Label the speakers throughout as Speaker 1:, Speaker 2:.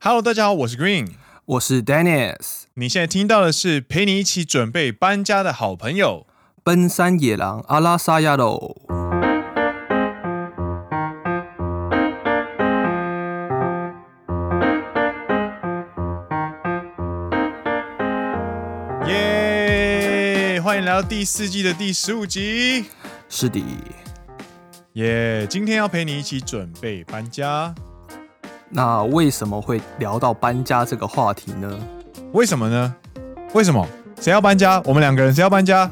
Speaker 1: Hello，大家好，我是 Green。
Speaker 2: 我是 Dennis，
Speaker 1: 你现在听到的是陪你一起准备搬家的好朋友。
Speaker 2: 奔山野狼阿拉萨亚喽。
Speaker 1: 耶、欢迎来到第四季的第十五集。
Speaker 2: 是的，
Speaker 1: 耶、今天要陪你一起准备搬家，
Speaker 2: 那为什么会聊到搬家这个话题呢？
Speaker 1: 为什么呢？为什么？谁要搬家？我们两个人谁要搬家？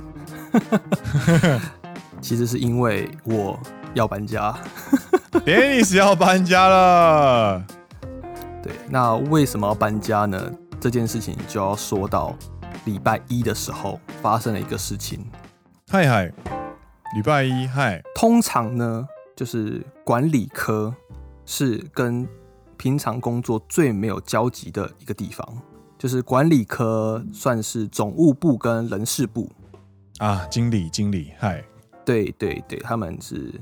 Speaker 2: 其实是因为我要搬家。
Speaker 1: Dennis 要搬家了。
Speaker 2: 对，那为什么要搬家呢？这件事情就要说到礼拜一的时候发生了一个事情。
Speaker 1: 嗨嗨，礼拜一嗨，
Speaker 2: 通常呢，就是管理科是跟平常工作最没有交集的一个地方，就是管理科算是总务部跟人事部，
Speaker 1: 啊，经理经理嗨，
Speaker 2: 对对对，他们是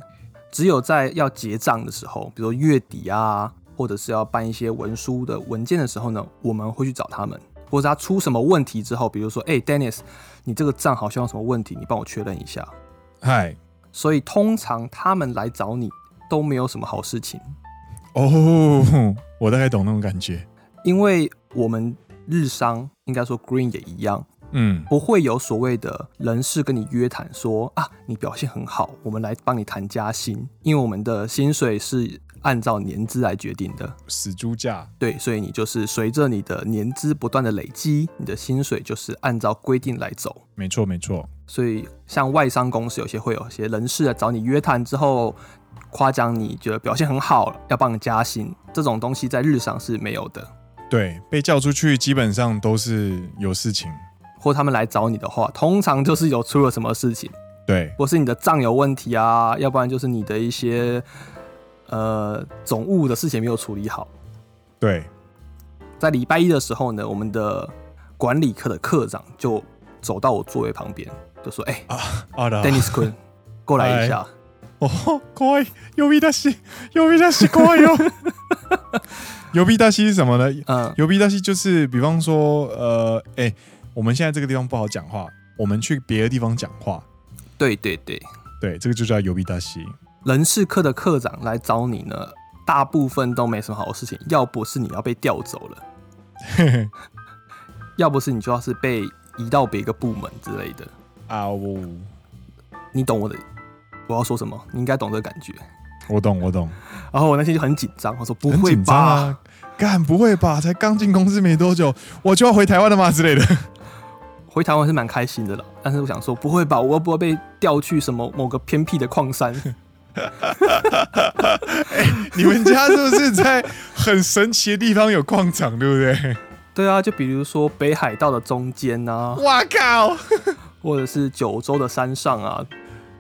Speaker 2: 只有在要结账的时候，比如说月底啊，或者是要办一些文书的文件的时候呢，我们会去找他们，或者是他出什么问题之后，比如说，哎、d e n n i s 你这个账好像有什么问题，你帮我确认一下。
Speaker 1: 嗨
Speaker 2: 所以通常他们来找你都没有什么好事情，
Speaker 1: 哦，我大概懂那种感觉。
Speaker 2: 因为我们日商应该说 Green 也一样，
Speaker 1: 嗯，
Speaker 2: 不会有所谓的人事跟你约谈说啊，你表现很好，我们来帮你谈加薪，因为我们的薪水是按照年资来决定的，
Speaker 1: 死猪价。
Speaker 2: 对，所以你就是随着你的年资不断的累积，你的薪水就是按照规定来走。
Speaker 1: 没错，没错。
Speaker 2: 所以像外商公司有些会有些人事来找你约谈之后，夸奖你觉得表现很好，要帮你加薪，这种东西在日商是没有的。
Speaker 1: 对，被叫出去基本上都是有事情。
Speaker 2: 或他们来找你的话，通常就是有出了什么事情。
Speaker 1: 对，
Speaker 2: 或是你的账有问题啊，要不然就是你的一些呃总务的事情没有处理好。
Speaker 1: 对，
Speaker 2: 在礼拜一的时候呢，我们的管理科的科长就走到我座位旁边，就说：“哎、
Speaker 1: 啊的
Speaker 2: d e n n i s 坤，过来一下。
Speaker 1: 哦，怖い呼び出し、呼び出し怖いよ。 呼び出し是什么呢？
Speaker 2: 嗯，
Speaker 1: 呼び出し就是，比方说，呃，哎、我们现在这个地方不好讲话，我们去别的地方讲话。
Speaker 2: 对对对，
Speaker 1: 对，这个就叫呼び出し。
Speaker 2: 人事科的科长来找你呢，大部分都没什么好事情，要不是你要被调走了，要不是你就要是被移到别个部门之类的。
Speaker 1: 啊，我
Speaker 2: 你懂我的，我要说什么？你应该懂这个感觉。
Speaker 1: 我懂，我懂，
Speaker 2: 然后我那天就很紧张，我说不
Speaker 1: 很
Speaker 2: 会
Speaker 1: 紧
Speaker 2: 吧？
Speaker 1: 张啊。干不会吧？才刚进公司没多久，我就要回台湾了吗之类的？
Speaker 2: 回台湾是蛮开心的了，但是我想说不会吧，我又不会被调去什么某个偏僻的矿山？
Speaker 1: 你们家是不是在 很神奇的地方有矿场，对不对？
Speaker 2: 对啊，就比如说北海道的中间啊，
Speaker 1: 哇靠！
Speaker 2: 或者是九州的山上啊，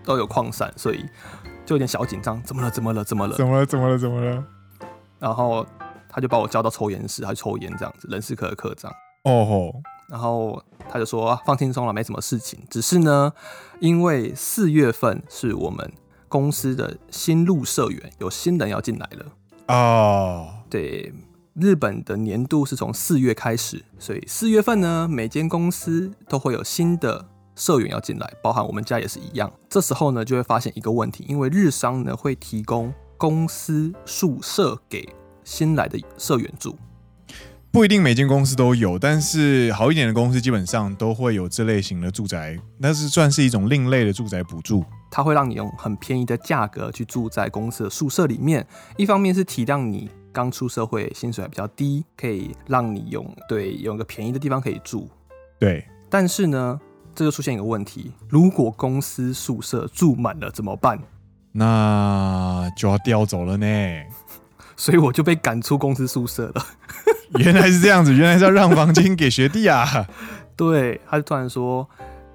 Speaker 2: 都有矿山，所以就有点小紧张。怎么了？怎么了？怎么了？
Speaker 1: 怎么了？怎么了？怎么了？
Speaker 2: 然后他就把我叫到抽烟室，他就抽烟这样子，人事科的科长。
Speaker 1: 哦吼，
Speaker 2: 然后他就说、啊放轻松了，没什么事情。只是呢，因为四月份是我们公司的新入社员，有新人要进来了。
Speaker 1: 哦，
Speaker 2: 对，日本的年度是从四月开始，所以四月份呢，每间公司都会有新的社员要进来，包含我们家也是一样。这时候呢，就会发现一个问题，因为日商呢会提供公司宿舍给新来的社员住。
Speaker 1: 不一定每间公司都有，但是好一点的公司基本上都会有这类型的住宅，那是算是一种另类的住宅补助。
Speaker 2: 它会让你用很便宜的价格去住在公司的宿舍里面。一方面是体谅你刚出社会，薪水还比较低，可以让你用对有一个便宜的地方可以住。
Speaker 1: 对，
Speaker 2: 但是呢，这就出现一个问题：如果公司宿舍住满了怎么办？
Speaker 1: 那就要调走了呢。
Speaker 2: 所以我就被赶出公司宿舍了。
Speaker 1: 原来是这样子，原来是要让房间给学弟啊。
Speaker 2: 对，他就突然说：“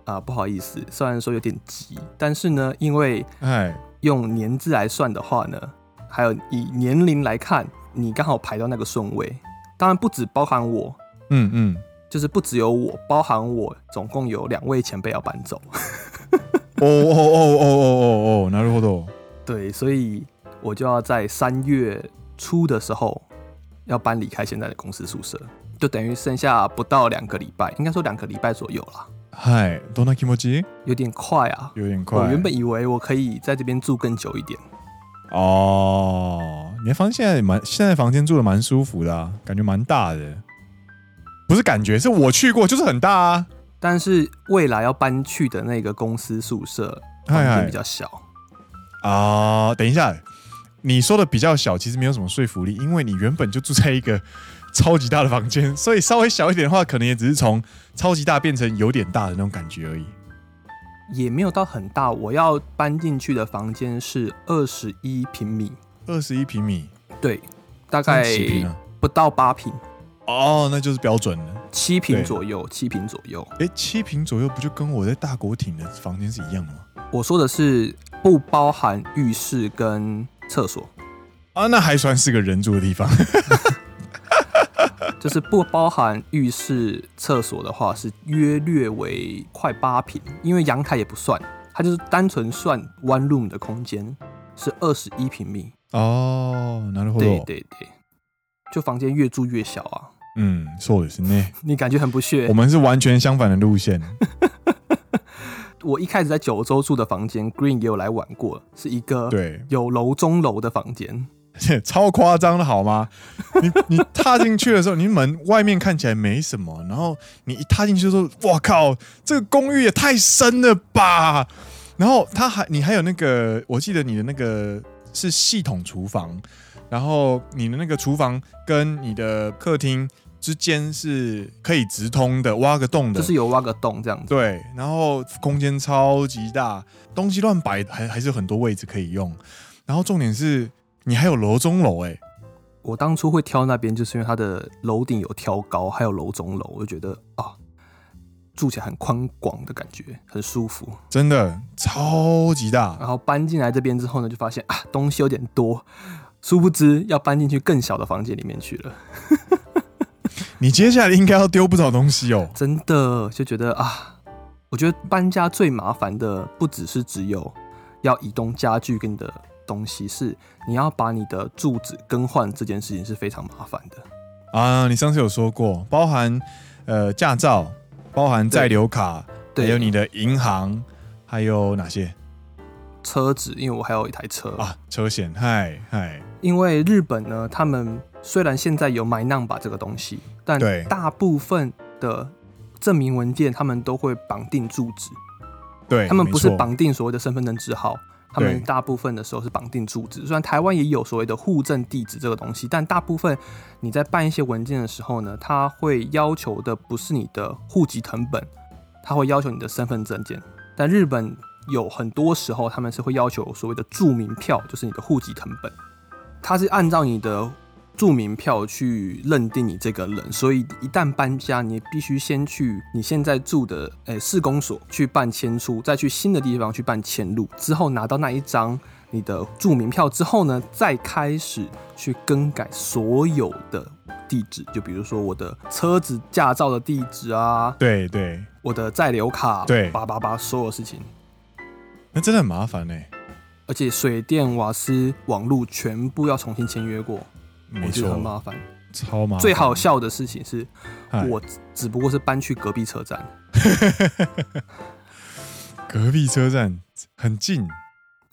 Speaker 2: 啊、不好意思，虽然说有点急，但是呢，因为
Speaker 1: 哎，
Speaker 2: 用年资来算的话呢，还有以年龄来看，你刚好排到那个顺位。当然不只包含我，
Speaker 1: 嗯嗯，
Speaker 2: 就是不只有我，包含我，总共有两位前辈要搬走。
Speaker 1: 哦哦哦哦哦哦哦，なるほど。
Speaker 2: 对，所以我就要在三月初的时候要搬离开现在的公司宿舍，就等于剩下不到两个礼拜，应该说两个礼拜左右啦，
Speaker 1: 嗨，どんな気持ち？
Speaker 2: 有点快啊。
Speaker 1: 有点快。
Speaker 2: 我原本以为我可以在这边住更久一点，
Speaker 1: 哦，你的房间现在也蛮，现在房间住的蛮舒服的、啊，感觉蛮大的。不是感觉，是我去过，就是很大啊。
Speaker 2: 但是未来要搬去的那个公司宿舍房
Speaker 1: 嗨
Speaker 2: 间
Speaker 1: 嗨
Speaker 2: 比较小，
Speaker 1: 啊、等一下，你说的比较小，其实没有什么说服力，因为你原本就住在一个超级大的房间，所以稍微小一点的话，可能也只是从超级大变成有点大的那种感觉而已。
Speaker 2: 也没有到很大。我要搬进去的房间是二十一平米，
Speaker 1: 二十一平米，
Speaker 2: 对，大
Speaker 1: 这样
Speaker 2: 概
Speaker 1: 几平啊？
Speaker 2: 不到八平，
Speaker 1: 哦，那就是标准了。
Speaker 2: 七平
Speaker 1: 对
Speaker 2: 左右，七平左右。
Speaker 1: 诶，七平左右不就跟我在大国挺的房间是一样的吗？
Speaker 2: 我说的是不包含浴室跟厕所，
Speaker 1: 啊，那还算是个人住的地方。
Speaker 2: 就是不包含浴室、厕所的话是约略为快八平，因为阳台也不算，它就是单纯算 one room 的空间是二十一平米。
Speaker 1: 哦，なるほど。
Speaker 2: 对对对，就房间越住越小啊，
Speaker 1: 嗯，そうですね。
Speaker 2: 你感觉很不
Speaker 1: 我
Speaker 2: 屑。
Speaker 1: 们是完全相反的路 线。
Speaker 2: 我一开始在九州住的房间，Green 也有来玩过，是一个
Speaker 1: 对，
Speaker 2: 有楼中楼的房间。
Speaker 1: 超夸张的好吗？你你踏进去的时候，你门外面看起来没什么，然后你一踏进去的时候，哇靠，这个公寓也太深了吧！然后它还你还有那个，我记得你的那个是系统厨房，然后你的那个厨房跟你的客厅之间是可以直通的，挖个洞的，
Speaker 2: 就是有挖个洞这样子。
Speaker 1: 对，然后空间超级大，东西乱摆，还还是有很多位置可以用。然后重点是你还有楼中楼、欸，
Speaker 2: 我当初会挑那边，就是因为它的楼顶有挑高，还有楼中楼，我就觉得啊，住起来很宽广的感觉，很舒服。
Speaker 1: 真的欸超级大。
Speaker 2: 然后搬进来这边之后呢，就发现啊，东西有点多，殊不知要搬进去更小的房间里面去了。
Speaker 1: 你接下来应该要丢不少东西哦。
Speaker 2: 真的就觉得啊，我觉得搬家最麻烦的不只是只有要移动家具跟你的东西，是你要把你的住址更换这件事情是非常麻烦的。
Speaker 1: 啊，你上次有说过，包含呃驾照，包含在留卡，还
Speaker 2: 对，
Speaker 1: 有你的银行，还有哪些
Speaker 2: 车子，因为我还有一台车
Speaker 1: 啊？车险，嗨嗨，
Speaker 2: 因为日本呢，他们虽然现在有 My Number 这个东西，但
Speaker 1: 对
Speaker 2: 大部分的证明文件他们都会绑定住址，
Speaker 1: 对，
Speaker 2: 他们不是
Speaker 1: 没错
Speaker 2: 绑定所谓的身份证字号，他
Speaker 1: 对
Speaker 2: 们大部分的时候是绑定住址。虽然台湾也有所谓的户政地址这个东西，但大部分你在办一些文件的时候呢，他会要求的不是你的户籍成本，他会要求你的身份证件。但日本有很多时候他们是会要求所谓的住民票，就是你的户籍成本，它是按照你的。住民票去认定你这个人，所以一旦搬家，你必须先去你现在住的诶市公所去办迁出，再去新的地方去办迁入，之后拿到那一张你的住民票之后呢，再开始去更改所有的地址，就比如说我的车子驾照的地址啊，
Speaker 1: 对对，
Speaker 2: 我的在留卡，
Speaker 1: 对
Speaker 2: 叭叭叭，所有事情，
Speaker 1: 那真的很麻烦呢、
Speaker 2: 而且水电、瓦斯、网络全部要重新签约过，
Speaker 1: 没
Speaker 2: 我觉得很
Speaker 1: 错，
Speaker 2: 麻烦。
Speaker 1: 超麻烦。
Speaker 2: 最好笑的事情是，
Speaker 1: 嗨
Speaker 2: 我只不过是搬去隔壁车站，
Speaker 1: 隔壁车站很近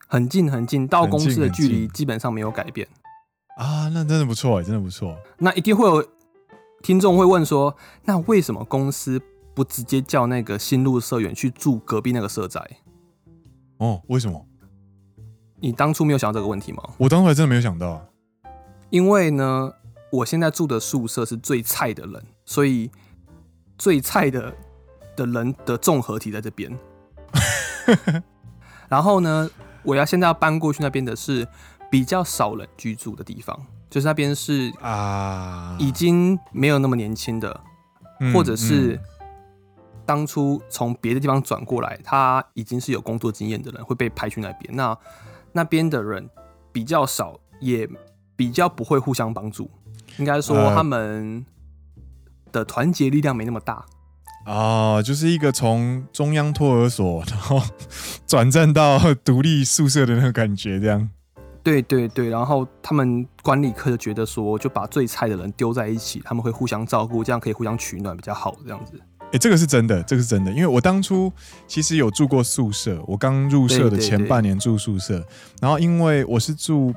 Speaker 2: 很近很近，到公司的
Speaker 1: 很近
Speaker 2: 距
Speaker 1: 很
Speaker 2: 离
Speaker 1: 近
Speaker 2: 基本上没有改变。
Speaker 1: 啊，那真的不错哎，真的不错。
Speaker 2: 那一定会有听众会问说，那为什么公司不直接叫那个新入社员去住隔壁那个社宅？
Speaker 1: 哦，为什么？
Speaker 2: 你当初没有想到这个问题吗？
Speaker 1: 我当时还真的没有想到。
Speaker 2: 因为呢，我现在住的宿舍是最菜的人，所以最菜的的人的综合体在这边。然后呢，我要现在要搬过去那边的是比较少人居住的地方，就是那边是
Speaker 1: 啊，
Speaker 2: 已经没有那么年轻的，
Speaker 1: 嗯
Speaker 2: 或者是
Speaker 1: 嗯
Speaker 2: 当初从别的地方转过来，他已经是有工作经验的人会被派去那边。那那边的人比较少，也比较不会互相帮助，应该说
Speaker 1: 呃
Speaker 2: 他们的团结力量没那么大。
Speaker 1: 啊，就是一个从中 央托儿所，然后转战到独立宿舍的那个感觉，这样
Speaker 2: 对对对，然后他们管理科就觉得说，就把最菜的人丢在一起，他们会互相照顾，这样可以互相取暖，比较好这样子。
Speaker 1: 哎、这个是真的，这个是真的，因为我当初其实有住过宿舍，我刚入社的
Speaker 2: 对对
Speaker 1: 前
Speaker 2: 对
Speaker 1: 半年住宿舍，然后因为我是住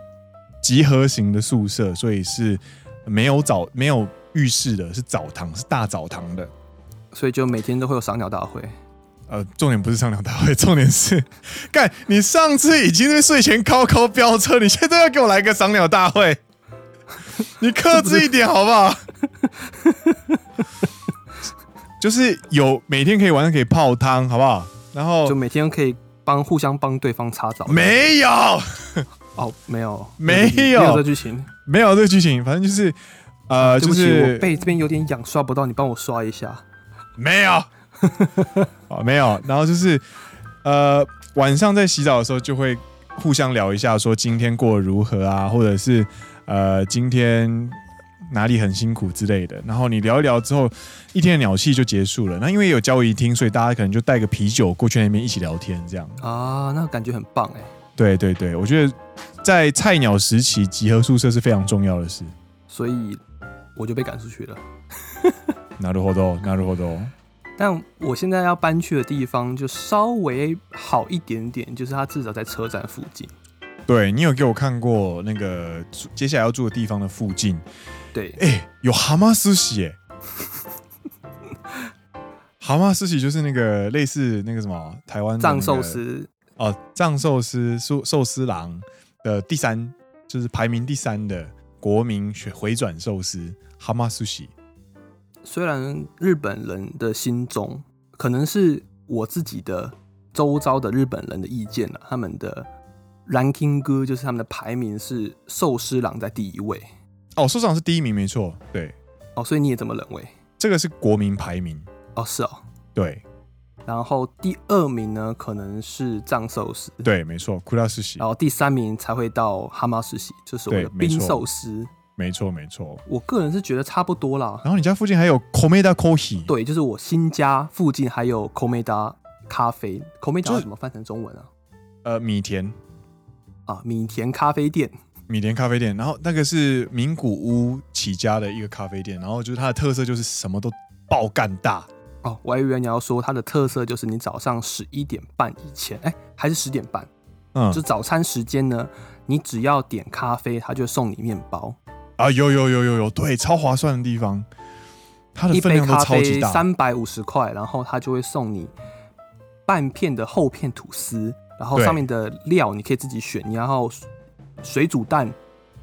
Speaker 1: 集合型的宿舍，所以是没有澡没有浴室的，是澡堂，是大澡堂的。
Speaker 2: 所以就每天都会有赏鸟大会。
Speaker 1: 呃，重点不是上梁大会，重点是， 干，你上次已经是睡前高高飙车，你现在要给我来个赏鸟大 会，你克制一点好不好？就是有每天可以晚上可以泡汤，好不好？然后
Speaker 2: 就每天可以帮互相帮对方擦澡。
Speaker 1: 哦没有
Speaker 2: 哦，没有，
Speaker 1: 没有
Speaker 2: 没有这剧情。
Speaker 1: 没有这个剧情，反正就是呃，
Speaker 2: 啊对
Speaker 1: 就
Speaker 2: 不起，我
Speaker 1: 是
Speaker 2: 背这边有点痒，刷不到，你帮我刷一下。
Speaker 1: 没有， 哦，没有。然后就是，呃，晚上在洗澡的时候就会互相聊一下，说今天过得如何啊，或者是呃今天哪里很辛苦之类的。然后你聊一聊之后，一天的鸟气就结束了。那因为有交易厅，所以大家可能就带个啤酒过去那边一起聊天，这样。
Speaker 2: 啊，那感觉很棒哎。
Speaker 1: 对对对，我觉得在菜鸟时期集合宿舍是非常重要的事。
Speaker 2: 所以我就被赶出去了。
Speaker 1: なるほど，なるほど。
Speaker 2: 但我现在要搬去的地方就稍微好一点点，就是它至少在车站附近。
Speaker 1: 对你有给我看过那个住接下来要住的地方的附近
Speaker 2: 对，
Speaker 1: 哎、有蛤蟆苏喜耶！蛤蟆苏喜就是那个类似那个什么台湾的
Speaker 2: 藏
Speaker 1: 那
Speaker 2: 寿
Speaker 1: 个
Speaker 2: 司
Speaker 1: 哦，藏寿司寿寿司郎的第三，就是排名第三的国民回回转寿司蛤蟆苏喜。
Speaker 2: 虽然日本人的心中，可能是我自己的周遭的日本人的意见了，他们的 ranking 歌就是他们的排名是寿司郎在第一位
Speaker 1: 哦，寿司郎是第一名没错，对，
Speaker 2: 哦，所以你也这么认为
Speaker 1: 这个是国民排名，
Speaker 2: 哦？是哦。
Speaker 1: 对
Speaker 2: 然后第二名呢，可能是藏寿司，
Speaker 1: 对没错，库拉苏喜
Speaker 2: 然，后第三名才会到哈马寿司，就是我
Speaker 1: 对
Speaker 2: 的
Speaker 1: 没错
Speaker 2: 冰寿司。
Speaker 1: 没错没错。
Speaker 2: 我个人是觉得差不多啦。
Speaker 1: 然后你家附近还有 Komeda Kohi，
Speaker 2: 对，就是我新家附近还有 Komeda 咖啡
Speaker 1: 就
Speaker 2: ，Komeda
Speaker 1: 是
Speaker 2: 怎么翻成中文啊？
Speaker 1: 呃，米田
Speaker 2: 啊，米田咖啡店。
Speaker 1: 米田咖啡店，然后那个是名古屋起家的一个咖啡店，然后就是它的特色就是什么都爆干大，
Speaker 2: 哦，我还以为你要说它的特色就是你早上十一点半以前，哎、还是十点半，
Speaker 1: 嗯
Speaker 2: 就早餐时间呢，你只要点咖啡，它就送你面包，
Speaker 1: 啊有有有有有，对，超划算的地方，它的
Speaker 2: 一
Speaker 1: 呃分
Speaker 2: 杯
Speaker 1: 量都
Speaker 2: 咖
Speaker 1: 超级
Speaker 2: 啡
Speaker 1: 大，
Speaker 2: 三百五十块，然后它就会送你半片的厚片吐司，然后
Speaker 1: 对
Speaker 2: 上面的料你可以自己选，你要水煮蛋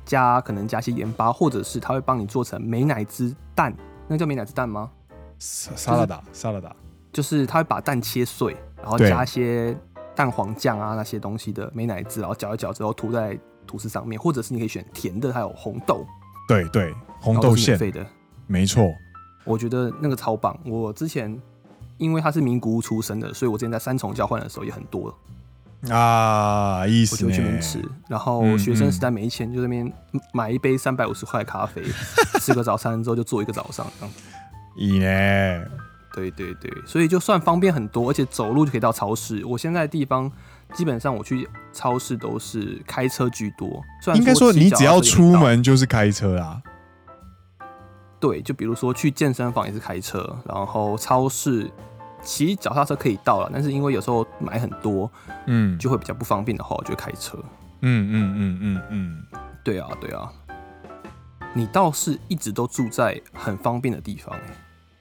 Speaker 2: 加可能加些盐巴，或者是它会帮你做成美乃滋蛋，那叫美乃滋蛋吗？
Speaker 1: 沙沙拉达沙拉达，
Speaker 2: 就是他会把蛋切碎，然后
Speaker 1: 对
Speaker 2: 加一些蛋黄酱啊那些东西的美乃滋，然后搅一搅之后涂在吐司上面，或者是你可以选甜的，还有红豆，
Speaker 1: 对对，红
Speaker 2: 然后
Speaker 1: 豆
Speaker 2: 哦都是
Speaker 1: 馅，
Speaker 2: 免费的。
Speaker 1: 没错，
Speaker 2: 我觉得那个超棒。我之前因为他是名古屋出生的，所以我之前在三重交换的时候也很多，
Speaker 1: 啊，意
Speaker 2: 我
Speaker 1: 思
Speaker 2: 就会去那
Speaker 1: 呢
Speaker 2: 边？吃。然后
Speaker 1: 嗯
Speaker 2: 学生时代没钱，就在那边买一杯三百五十块的 咖啡，吃个早餐之后就坐一个早上这样。
Speaker 1: 意呢？
Speaker 2: 对对对，所以就算方便很多，而且走路就可以到超市。我现在的地方基本上我去超市都是开车居多，虽然
Speaker 1: 应该说
Speaker 2: 说
Speaker 1: 你
Speaker 2: 骑脚
Speaker 1: 只
Speaker 2: 踏车
Speaker 1: 要出
Speaker 2: 也到，
Speaker 1: 门就是开车啦，
Speaker 2: 对，就比如说去健身房也是开车，然后超市骑脚踏车可以到了，但是因为有时候买很多
Speaker 1: 嗯
Speaker 2: 就会比较不方便的话，我就开车。
Speaker 1: 嗯嗯嗯嗯嗯，
Speaker 2: 对啊，对啊，你倒是一直都住在很方便的地方、欸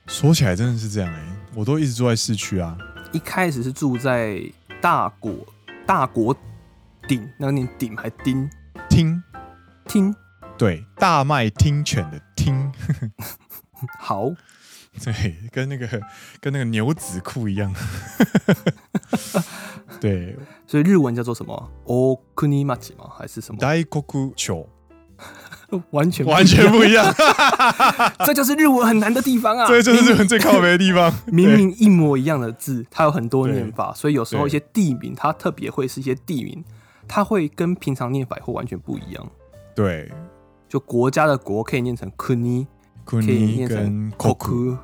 Speaker 1: 说起来真的是这样哎，我都一直住在市区啊，
Speaker 2: 一开始是住在大果大果顶，那个念顶还丁
Speaker 1: 听。
Speaker 2: 听
Speaker 1: 对，大麦听犬的听，
Speaker 2: 好，
Speaker 1: 对，跟那个跟那个牛仔裤一样。 对，
Speaker 2: 所以日文叫做什么 o k u n i m a c h 吗？还是什么？
Speaker 1: 大国球
Speaker 2: 完全不
Speaker 1: 啊完全不一样，
Speaker 2: 这就是日文很难的地方啊！
Speaker 1: 这就是日本最靠北的地方。
Speaker 2: 明明一模一样的字，它有很多念法，所以有时候
Speaker 1: 对
Speaker 2: 一些地名，它特别会是一些地名，它会跟平常念法也会完全不一样。
Speaker 1: 对，对
Speaker 2: 就国家的国可以念成 kuni，
Speaker 1: 库
Speaker 2: 可以
Speaker 1: 尼
Speaker 2: 念
Speaker 1: 跟
Speaker 2: 成
Speaker 1: koku，
Speaker 2: koku，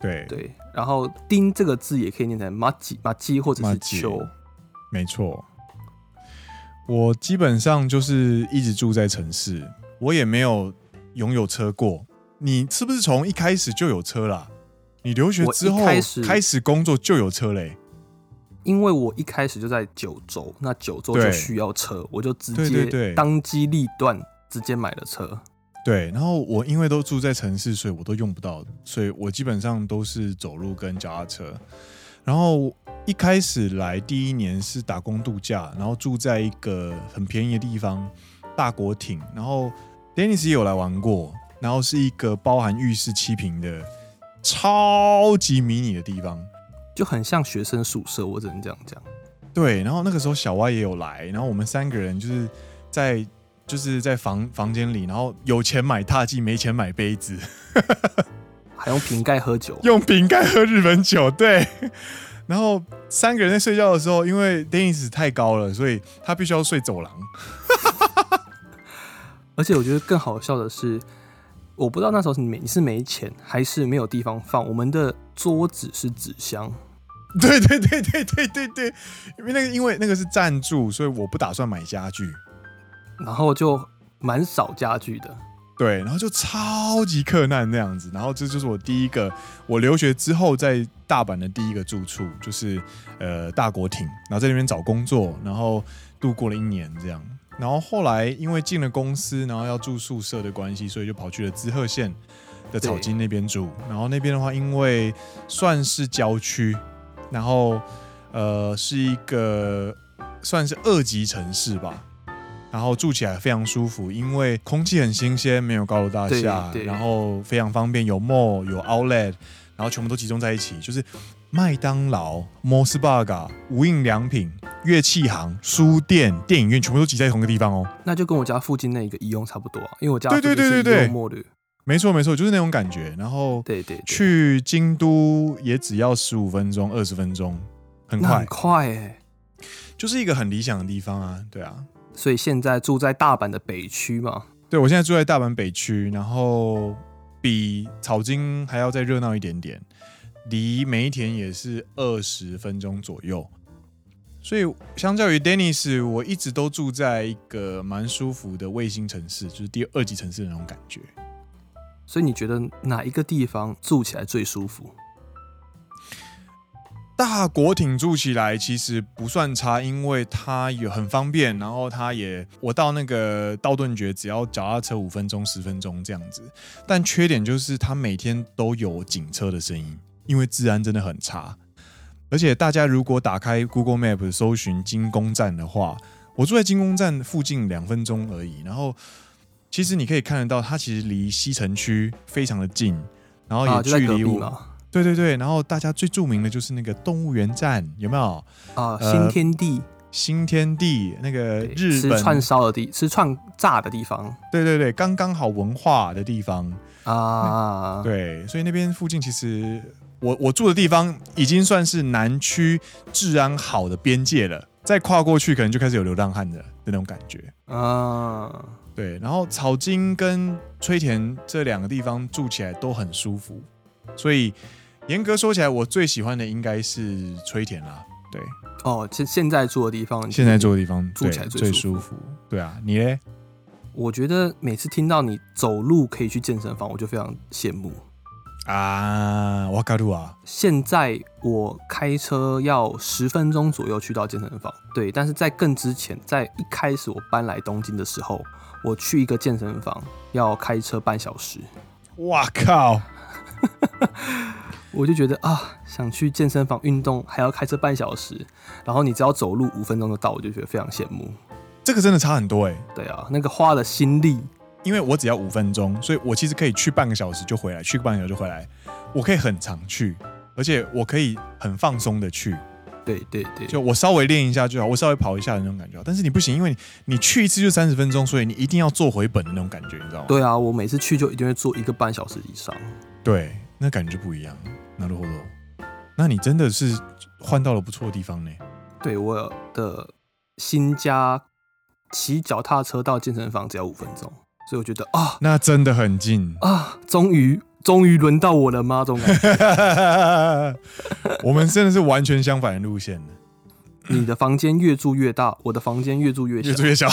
Speaker 1: 对，
Speaker 2: 对，然后丁这个字也可以念成 machi machi 或者是
Speaker 1: machi
Speaker 2: 球。
Speaker 1: 没错。我基本上就是一直住在城市，我也没有拥有车过。你是不是从一开始就有车啦、你留学之
Speaker 2: 我
Speaker 1: 后
Speaker 2: 一开始
Speaker 1: 开始工作就有车嘞、
Speaker 2: 因为我一开始就在九州，那九州
Speaker 1: 对
Speaker 2: 就需要车，我就直
Speaker 1: 对对对
Speaker 2: 接当机立断，直接买了车。
Speaker 1: 对，然后我因为都住在城市，所以我都用不到，所以我基本上都是走路跟脚踏车。然后一开始来第一年是打工度假，然后住在一个很便宜的地方，大国町。然后 Dennis 也有来玩过，然后是一个包含浴室七平的超级迷你的地方。
Speaker 2: 就很像学生宿舍，我只能这样讲。
Speaker 1: 对，然后那个时候小歪也有来，然后我们三个人就是在就是在房房间里，然后有钱买踏剂，没钱买杯子。，
Speaker 2: 还用瓶盖喝酒
Speaker 1: 用瓶盖喝日本酒，对。 然后三个人在睡觉的时候，因为 Dennis 太高了，所以他必须要睡走廊。
Speaker 2: 而且我觉得更好笑的是，我不知道那时候是没你是没钱还是没有地方放。我们的桌子是纸箱，
Speaker 1: 对对对对对对对，因为那个因为那个是赞助，所以我不打算买家具。
Speaker 2: 然后就蛮少家具的。
Speaker 1: 对，然后就超级克难那样子，然后这就是我第一个，我留学之后在大阪的第一个住处，就是呃大国町，然后在那边找工作，然后度过了一年这样，然后后来因为进了公司，然后要住宿舍的关系，所以就跑去了滋贺县的草津那边住，然后那边的话，因为算是郊区，然后呃是一个算是二级城市吧，然后住起来非常舒服，因为空气很新鲜，没有高楼大厦，
Speaker 2: 对对
Speaker 1: 然后非常方便，有 mall 有 outlet，然后全部都集中在一起，就是麦当劳、摩斯 burger、无印良品、乐器行、书店、电影院，全部都挤在同一个地方哦。
Speaker 2: 那就跟我家附近那一个一用差不多、啊，因为我家
Speaker 1: 对对对
Speaker 2: 附
Speaker 1: 对
Speaker 2: 近是
Speaker 1: 对
Speaker 2: 一用墨绿，
Speaker 1: 没错没错，就是那种感觉。然后
Speaker 2: 对对对，
Speaker 1: 去京都也只要十五分钟、二十分钟，很
Speaker 2: 那
Speaker 1: 快
Speaker 2: 很，快哎、
Speaker 1: 就是一个很理想的地方啊。对啊，
Speaker 2: 所以现在住在大阪的北区嘛，
Speaker 1: 对，我现在住在大阪北区，然后比草津还要再热闹一点点，离梅田也是二十分钟左右。所以，相较于 Dennis，我一直都住在一个蛮舒服的卫星城市，就是第二级城市的那种感觉。
Speaker 2: 所以你觉得哪一个地方住起来最舒服？
Speaker 1: 大国挺住起来其实不算差，因为它也很方便，然后它也我到那个道顿崛只要脚踏车五分钟、十分钟这样子。但缺点就是它每天都有警车的声音，因为治安真的很差。而且大家如果打开 Google Map 搜寻金宫站的话，我住在金宫站附近两分钟而已。然后其实你可以看得到，它其实离西城区非常的近，然后
Speaker 2: 啊，
Speaker 1: 也
Speaker 2: 就在
Speaker 1: 哦距
Speaker 2: 隔
Speaker 1: 离
Speaker 2: 壁
Speaker 1: 我、
Speaker 2: 嘛，
Speaker 1: 对对对，然后大家最著名的就是那个动物园站，有没有？
Speaker 2: 啊，
Speaker 1: 呃
Speaker 2: 新天地。
Speaker 1: 新天地那个
Speaker 2: 对
Speaker 1: 日
Speaker 2: 吃串
Speaker 1: 本，
Speaker 2: 烧的地，吃串炸的地方
Speaker 1: 对对对，刚刚好文化的地方，
Speaker 2: 啊，
Speaker 1: 对，所以那边附近其实我我住的地方已经算是南区治安好的边界了，再跨过去可能就开始有流浪汉的那种感觉。
Speaker 2: 啊，
Speaker 1: 对，然后草津跟吹田这两个地方住起来都很舒服，所以严格说起来，我最喜欢的应该是吹田啦。对，
Speaker 2: 哦，现现在住的地方，
Speaker 1: 现在住的地方
Speaker 2: 嗯住起来
Speaker 1: 对
Speaker 2: 最
Speaker 1: 最
Speaker 2: 舒
Speaker 1: 舒服。对啊，你嘞？
Speaker 2: 我觉得每次听到你走路可以去健身房，我就非常羡慕。
Speaker 1: 啊，我卡路啊，
Speaker 2: 现在我开车要十分钟左右去到健身房，对。但是在更之前，在一开始我搬来东京的时候，我去一个健身房要开车半小时，
Speaker 1: 哇靠！
Speaker 2: 我就觉得啊，想去健身房运动还要开车半小时，然后你只要走路五分钟就到，我就觉得非常羡慕。
Speaker 1: 这个真的差很多哎、
Speaker 2: 对啊，那个花了心力，
Speaker 1: 因为我只要五分钟，所以我其实可以去半个小时就回来，去半个小时就回来，我可以很常去，而且我可以很放松的去，
Speaker 2: 对对对，
Speaker 1: 就我稍微练一下就好，我稍微跑一下的那种感觉好。但是你不行，因为你你去一次就三十分钟，所以你一定要做回本的那种感觉，你知道吗？
Speaker 2: 对啊，我每次去就一定会坐一个半小时以上。
Speaker 1: 对，那感觉就不一样。なるほど。那你真的是换到了不错的地方呢。
Speaker 2: 对我的新家，骑脚踏车到健身房只要五分钟，所以我觉得啊
Speaker 1: 那真的很近。
Speaker 2: 啊，终于终于轮到我了 吗？这种感觉。
Speaker 1: 我们真的是完全相反的路线
Speaker 2: 你的房间越住越大，我的房间越住越
Speaker 1: 越
Speaker 2: 小
Speaker 1: 住。越小。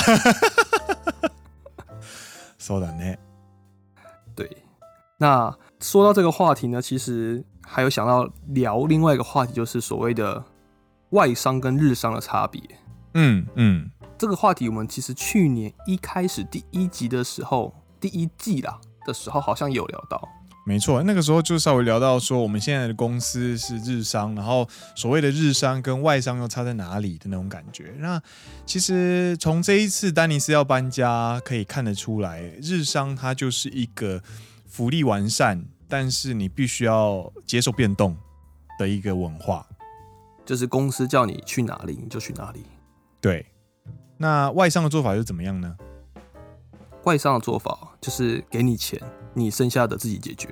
Speaker 1: そうだね。
Speaker 2: 对，那说到这个话题呢，其实还有想到聊另外一个话题，就是所谓的外商跟日商的差别。
Speaker 1: 嗯嗯，
Speaker 2: 这个话题我们其实去年一开始第一集的时候，第一季啦的时候好像有聊到。
Speaker 1: 没错。那个时候就稍微聊到说，我们现在的公司是日商，然后所谓的日商跟外商又差在哪里的那种感觉。那其实从这一次丹尼斯要搬家可以看得出来，日商它就是一个福利完善，但是你必须要接受变动的一个文化。
Speaker 2: 就是公司叫你去哪里你就去哪里。
Speaker 1: 对，那外商的做法又怎么样呢？
Speaker 2: 外商的做法就是给你钱，你剩下的自己解决。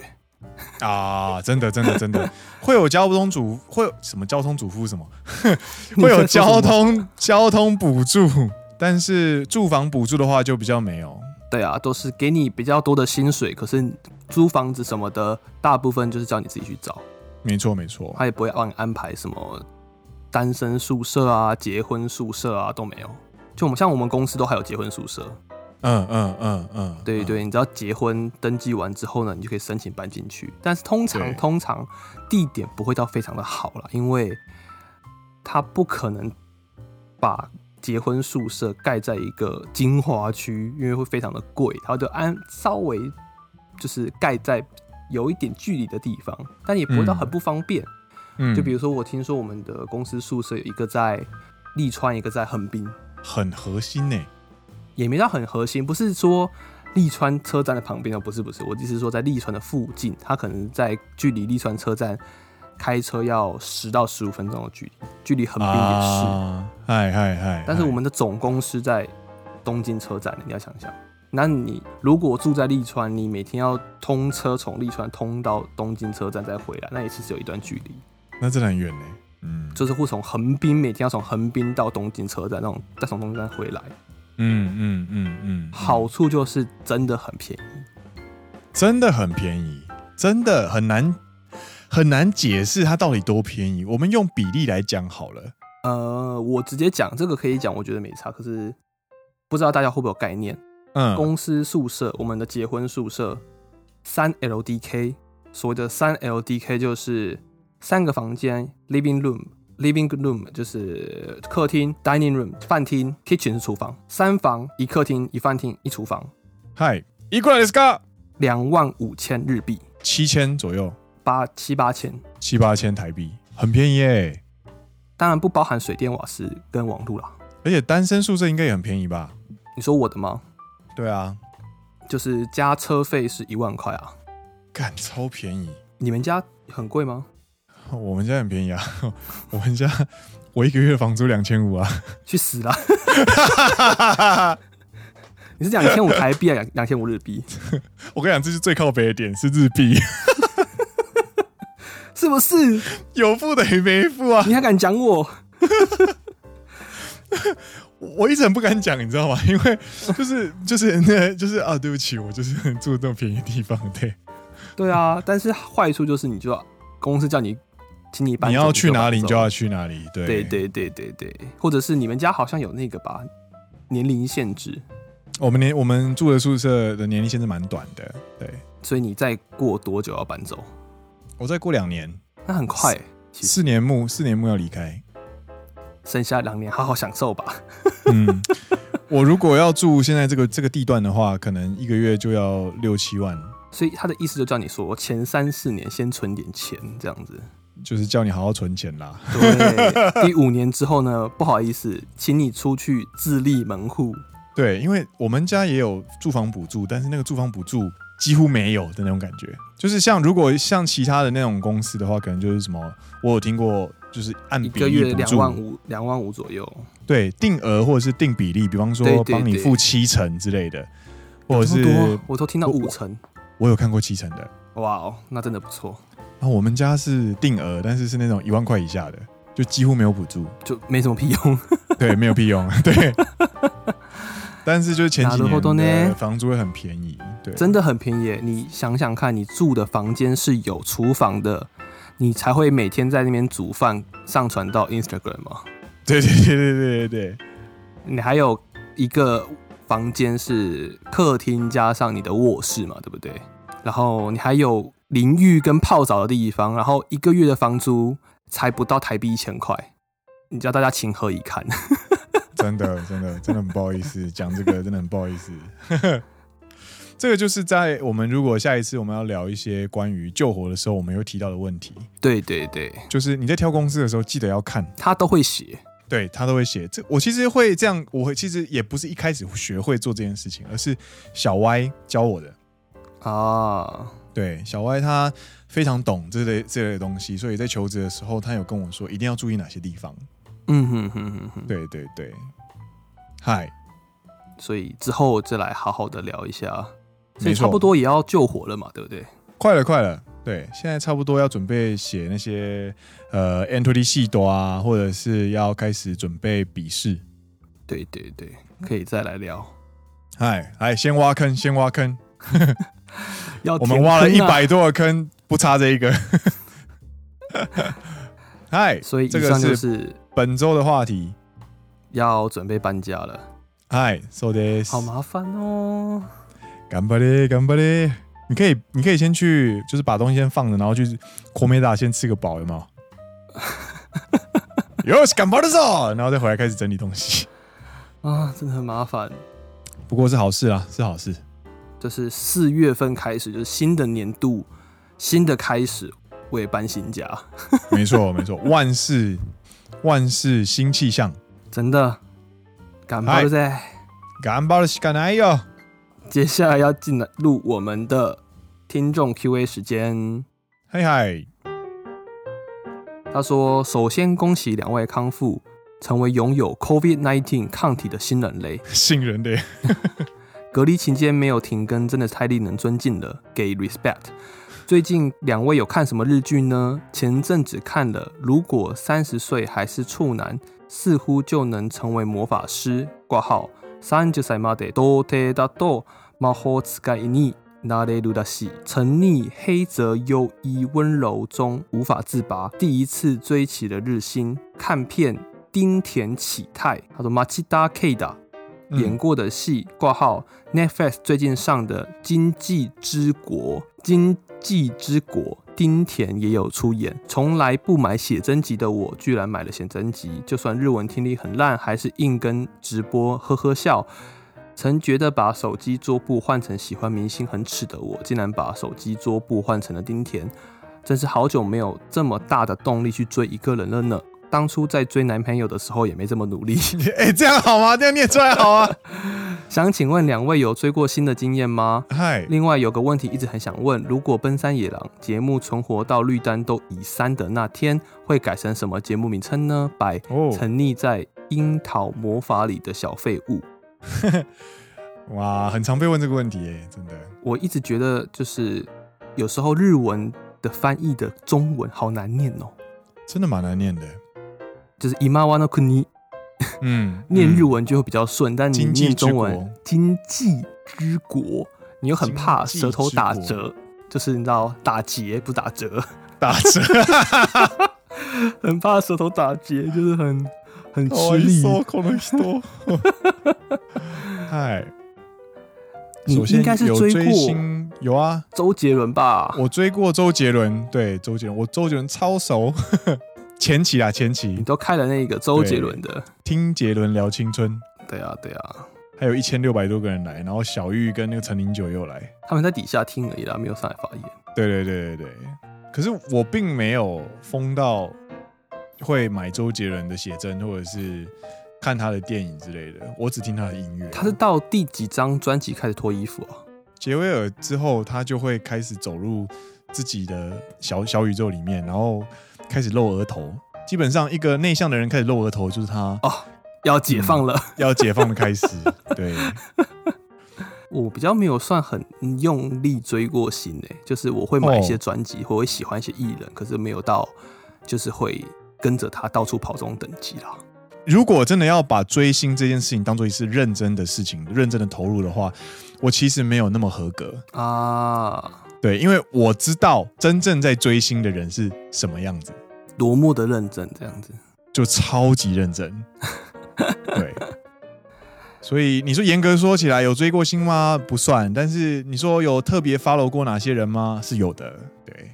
Speaker 1: 啊，真的，真的，真 的，会有交通主会有什么交通主妇什么，
Speaker 2: 你
Speaker 1: 会有
Speaker 2: 在说什
Speaker 1: 交。
Speaker 2: 么
Speaker 1: 通交通补 助，但是住房补助的话就比较没有。
Speaker 2: 对啊，都是给你比较多的薪水，可是租房子什么的，大部分就是叫你自己去找，
Speaker 1: 没错，没错，
Speaker 2: 他也不会帮你安排什么单身宿舍啊、结婚宿舍啊都没有。就我们像我们公司都还有结婚宿舍，
Speaker 1: 嗯嗯嗯嗯，
Speaker 2: 对
Speaker 1: 嗯，
Speaker 2: 对，你只要结婚登记完之后呢，你就可以申请搬进去。但是通
Speaker 1: 对
Speaker 2: 常通常地点不会到非常的好了，因为他不可能把结婚宿舍盖在一个精华区，因为会非常的贵，他就安稍微就是盖在有一点距离的地方，但也不会到很不方便。
Speaker 1: 嗯，
Speaker 2: 就比如说，我听说我们的公司宿舍有一个在利川，一个在横滨，
Speaker 1: 很核心呢、
Speaker 2: 也没到很核心，不是说利川车站的旁边哦，不是不是，我的意思是说在利川的附近，它可能在距离利川车站开车要十到十五分钟的距离，距离横滨也是。
Speaker 1: 啊，嗨嗨嗨，
Speaker 2: 但是
Speaker 1: 嗨
Speaker 2: 我们的总公司在东京车站，你要想想，那你如果住在利川，你每天要通车从利川通到东京车站再回来，那也是有一段距离，
Speaker 1: 那真的很远呢、嗯
Speaker 2: 就是会从横滨每天要从横滨到东京车站那种，再从东京站回来。
Speaker 1: 嗯嗯嗯嗯，
Speaker 2: 好处就是真的很便宜。
Speaker 1: 真的很便宜，真的很难很难解释它到底多便宜。我们用比例来讲好了。
Speaker 2: 呃，我直接讲这个可以讲，我觉得没差。可是不知道大家会不会有概念？
Speaker 1: 嗯，
Speaker 2: 公司宿舍，我们的结婚宿舍，三 LDK，所谓的三 LDK 就是三个房间，living room，living room 就是客厅，dining room 饭厅，kitchen 是厨房，三房一客厅一饭厅一厨房，
Speaker 1: 嗨，一过来是个
Speaker 2: 两万五千日币，
Speaker 1: 七千左右，
Speaker 2: 八七八千，
Speaker 1: 七八千台币，很便宜耶、
Speaker 2: 当然不包含水电瓦斯跟网路啦。
Speaker 1: 而且单身宿舍应该也很便宜吧？
Speaker 2: 你说我的吗？
Speaker 1: 对啊，
Speaker 2: 就是加车费是一万块啊，
Speaker 1: 干超便宜，
Speaker 2: 你们家很贵吗？
Speaker 1: 我们家很便宜啊， 我们家我一个月房租两千五啊，
Speaker 2: 去死啦！ 你是两千五台币啊，两两千五日币，
Speaker 1: 我跟你讲，这是最靠北的点是日币，
Speaker 2: 是不是？
Speaker 1: 有付等于没付啊，
Speaker 2: 你还敢讲我？
Speaker 1: 我一直很不敢讲，你知道吗？ 因为就是就是 那就是啊，对不起，我就是住这种便宜的地方， 对。
Speaker 2: 对啊，但是坏处就是你就要公司叫你，请你搬走，
Speaker 1: 你要去哪里，你就
Speaker 2: 搬
Speaker 1: 要去哪里。对
Speaker 2: 走对对对对对，或者是你们家好像有那个吧，年龄限制，
Speaker 1: 我们年我们住的宿舍的年龄限制蛮短的。对，
Speaker 2: 所以你再过多久要搬走？
Speaker 1: 我再过两年，
Speaker 2: 那很快、其实
Speaker 1: 四年目四年目要离开。
Speaker 2: 剩下两年好好享受吧。
Speaker 1: 嗯， 我如果要住现在这个这个地段的话，可能一个月就要六七万，
Speaker 2: 所以他的意思就叫你说，前三四年先存点钱，这样子。
Speaker 1: 就是叫你好好存钱啦。
Speaker 2: 对，第五年之后呢，不好意思，请你出去自立门户。
Speaker 1: 对，因为我们家也有住房补助，但是那个住房补助几乎没有的那种感觉。就是像如果像其他的那种公司的话，可能就是什么，我有听过，就是按
Speaker 2: 一
Speaker 1: 比
Speaker 2: 个
Speaker 1: 例
Speaker 2: 月
Speaker 1: 补
Speaker 2: 两
Speaker 1: 助，
Speaker 2: 万五，两万五左右，
Speaker 1: 对，定额或者是定比例，比方
Speaker 2: 对
Speaker 1: 说
Speaker 2: 对
Speaker 1: 帮你
Speaker 2: 对
Speaker 1: 付七成之类的，或者
Speaker 2: 这么
Speaker 1: 是
Speaker 2: 多，我都听到
Speaker 1: 我
Speaker 2: 五成，
Speaker 1: 我有看过七成的。
Speaker 2: 哇哦，那真的不错，
Speaker 1: 然后我们家是定额，但是是那种一万块以下的，就几乎没有补助，
Speaker 2: 就没什么 屁用。
Speaker 1: 对，没有屁用， 对。但是就是前几
Speaker 2: なるほど
Speaker 1: 年
Speaker 2: ね
Speaker 1: 的房租会很便宜，对，
Speaker 2: 真的很便宜耶。你想想看，你住的房间是有厨房的，你才会每天在那边煮饭上传到 Instagram 哦嘛？
Speaker 1: 对对对对对对对，
Speaker 2: 你还有一个房间是客厅加上你的卧室嘛，对不对？然后你还有淋浴跟泡澡的地方，然后一个月的房租才不到台币一千块，你叫大家情何以堪？
Speaker 1: 真的 真的真的很不好意思，讲这个真的很不好意思。 这个就是在我们如果下一次我们要聊一些关于救火的时候，我们会提到的问题，
Speaker 2: 对对对，
Speaker 1: 就是你在挑公司的时候，记得要看，
Speaker 2: 他都会写，
Speaker 1: 对他都会写。这我其实会这样，我会其实也不是一开始学会做这件事情，而是小歪教我的。
Speaker 2: 啊，
Speaker 1: 对，小歪他非常懂这类这类的东西，所以在求职的时候，他有跟我说一定要注意哪些地方。
Speaker 2: 嗯哼哼哼哼，
Speaker 1: 对对对，嗨，
Speaker 2: 所以之后再来好好的聊一下，所
Speaker 1: 没
Speaker 2: 以
Speaker 1: 错
Speaker 2: 差不多也要救火了嘛，对不对？
Speaker 1: 快了快了，对，现在差不多要准备写那些呃 entry 系多啊，或者是要开始准备笔试。
Speaker 2: 对对对，可以再来聊。
Speaker 1: 嗨，哎，先挖坑，先挖坑，
Speaker 2: 要
Speaker 1: 我
Speaker 2: 填
Speaker 1: 们挖了
Speaker 2: 坑
Speaker 1: 一
Speaker 2: 啊
Speaker 1: 百多个坑，不差这一个。 嗨，
Speaker 2: 所以以
Speaker 1: 这个
Speaker 2: 上就是是
Speaker 1: 本周的话题。
Speaker 2: 要准备搬家了，
Speaker 1: 嗨，so this，
Speaker 2: 好麻烦哦。
Speaker 1: 干巴嘞，干巴嘞！你可以，你可以先去，就是把东西先放着，然后去国美达先吃个饱，有没 有？有，干巴的走，然后再回来开始整理东西。
Speaker 2: 啊，真的很麻烦。
Speaker 1: 不过是好事啦，是好事。
Speaker 2: 就是四月份开始，就是新的年度，新的开始，我也搬新家，
Speaker 1: 没 错，没错，万事万事新气象。
Speaker 2: 真的，感冒了噻。
Speaker 1: 干巴的干哎哟，
Speaker 2: 接下来要进来录我们的听众 Q&A 时间。
Speaker 1: 嗨嗨，
Speaker 2: 他说：“首先恭喜两位康复，成为拥有 COVID-19 抗体的新人类。
Speaker 1: 新人的
Speaker 2: 隔离期间没有停更，真的太令人尊敬了，给 respect。最近两位有看什么日剧呢？前阵子看了《如果三十岁还是处男，似乎就能成为魔法师》，挂号三十歳まで童貞だと魔法使いになれるらしい。沉溺黑泽优一温柔中无法自拔，第一次追起了日新看片。丁田启泰，他说马奇达 K 的
Speaker 1: 嗯
Speaker 2: 演过的戏，挂号 Netflix 最近上的《经济之国》，《经济之国》丁田也有出演。从来不买写真集的我，居然买了写真集，就算日文听力很烂，还是硬跟直播呵呵笑。曾觉得把手机桌布换成喜欢明星很耻的我，竟然把手机桌布换成了丁田，真是好久没有这么大的动力去追一个人了呢。当初在追男朋友的时候也没这么努力。
Speaker 1: 哎、这样好吗？这样念出来好 吗？
Speaker 2: 想请问两位有追过新的经验吗？
Speaker 1: 嗨，
Speaker 2: 另外有个问题一直很想问：如果奔山野狼节目存活到绿单都以三的那天，会改成什么节目名称呢？百
Speaker 1: 哦，
Speaker 2: 沉溺在樱桃魔法里的小废物。
Speaker 1: 哇，很常被问这个问题耶、真的。
Speaker 2: 我一直觉得就是有时候日文的翻译的中文好难念哦，
Speaker 1: 真的蛮难念的。
Speaker 2: 就是 imawa no kuni
Speaker 1: 嗯，
Speaker 2: 念日
Speaker 1: 嗯
Speaker 2: 文就会比较顺，但你
Speaker 1: 经济
Speaker 2: 念中
Speaker 1: 之
Speaker 2: 文
Speaker 1: 国
Speaker 2: “经济之国”，你又很怕
Speaker 1: 经济
Speaker 2: 舌头
Speaker 1: 之
Speaker 2: 打
Speaker 1: 国
Speaker 2: 折，就是你知道打结不打折，
Speaker 1: 打 折，
Speaker 2: 很怕舌头打结，就是很很
Speaker 1: 哦
Speaker 2: 吃 力。
Speaker 1: そうこの人。嗨，
Speaker 2: 你
Speaker 1: 首先
Speaker 2: 应该是
Speaker 1: 有
Speaker 2: 追
Speaker 1: 追
Speaker 2: 过啊
Speaker 1: 星有啊，
Speaker 2: 周杰伦吧？
Speaker 1: 我追过周杰伦，对周杰伦，我周杰伦超熟， 前期啊前
Speaker 2: 你
Speaker 1: 期
Speaker 2: 都开了那个周杰伦的，
Speaker 1: 听杰伦聊青春，
Speaker 2: 对啊，对啊，
Speaker 1: 还有一千六百多个人来，然后小玉跟那个陈零九又来，
Speaker 2: 他们在底下听而已啦，没有上来发言。
Speaker 1: 对对对对对，可是我并没有疯到会买周杰伦的写真或者是看他的电影之类的，我只听他的音乐。
Speaker 2: 他是到第几张专辑开始脱衣服啊？
Speaker 1: 杰威尔之后，他就会开始走入自己的小小宇宙里面，然后开始露额头。基本上，一个内向的人开始露额头，就是他
Speaker 2: 要解放了，
Speaker 1: 要解放的开始。对，
Speaker 2: 我比较没有算很用力追过星诶、就是我会买一些专辑，或会喜欢一些艺人，可是没有到就是会跟着他到处跑这种等级啦。
Speaker 1: 如果真的要把追星这件事情当做一次认真的事情、认真的投入的话，我其实没有那么合格。
Speaker 2: 啊，
Speaker 1: 对，因为我知道真正在追星的人是什么样子。
Speaker 2: 多么的认真这样子，
Speaker 1: 就超级认 真。对，所以你说严格说起来，有追过星吗？不算。但是你说有特别 follow 过哪些人吗？是有的。对，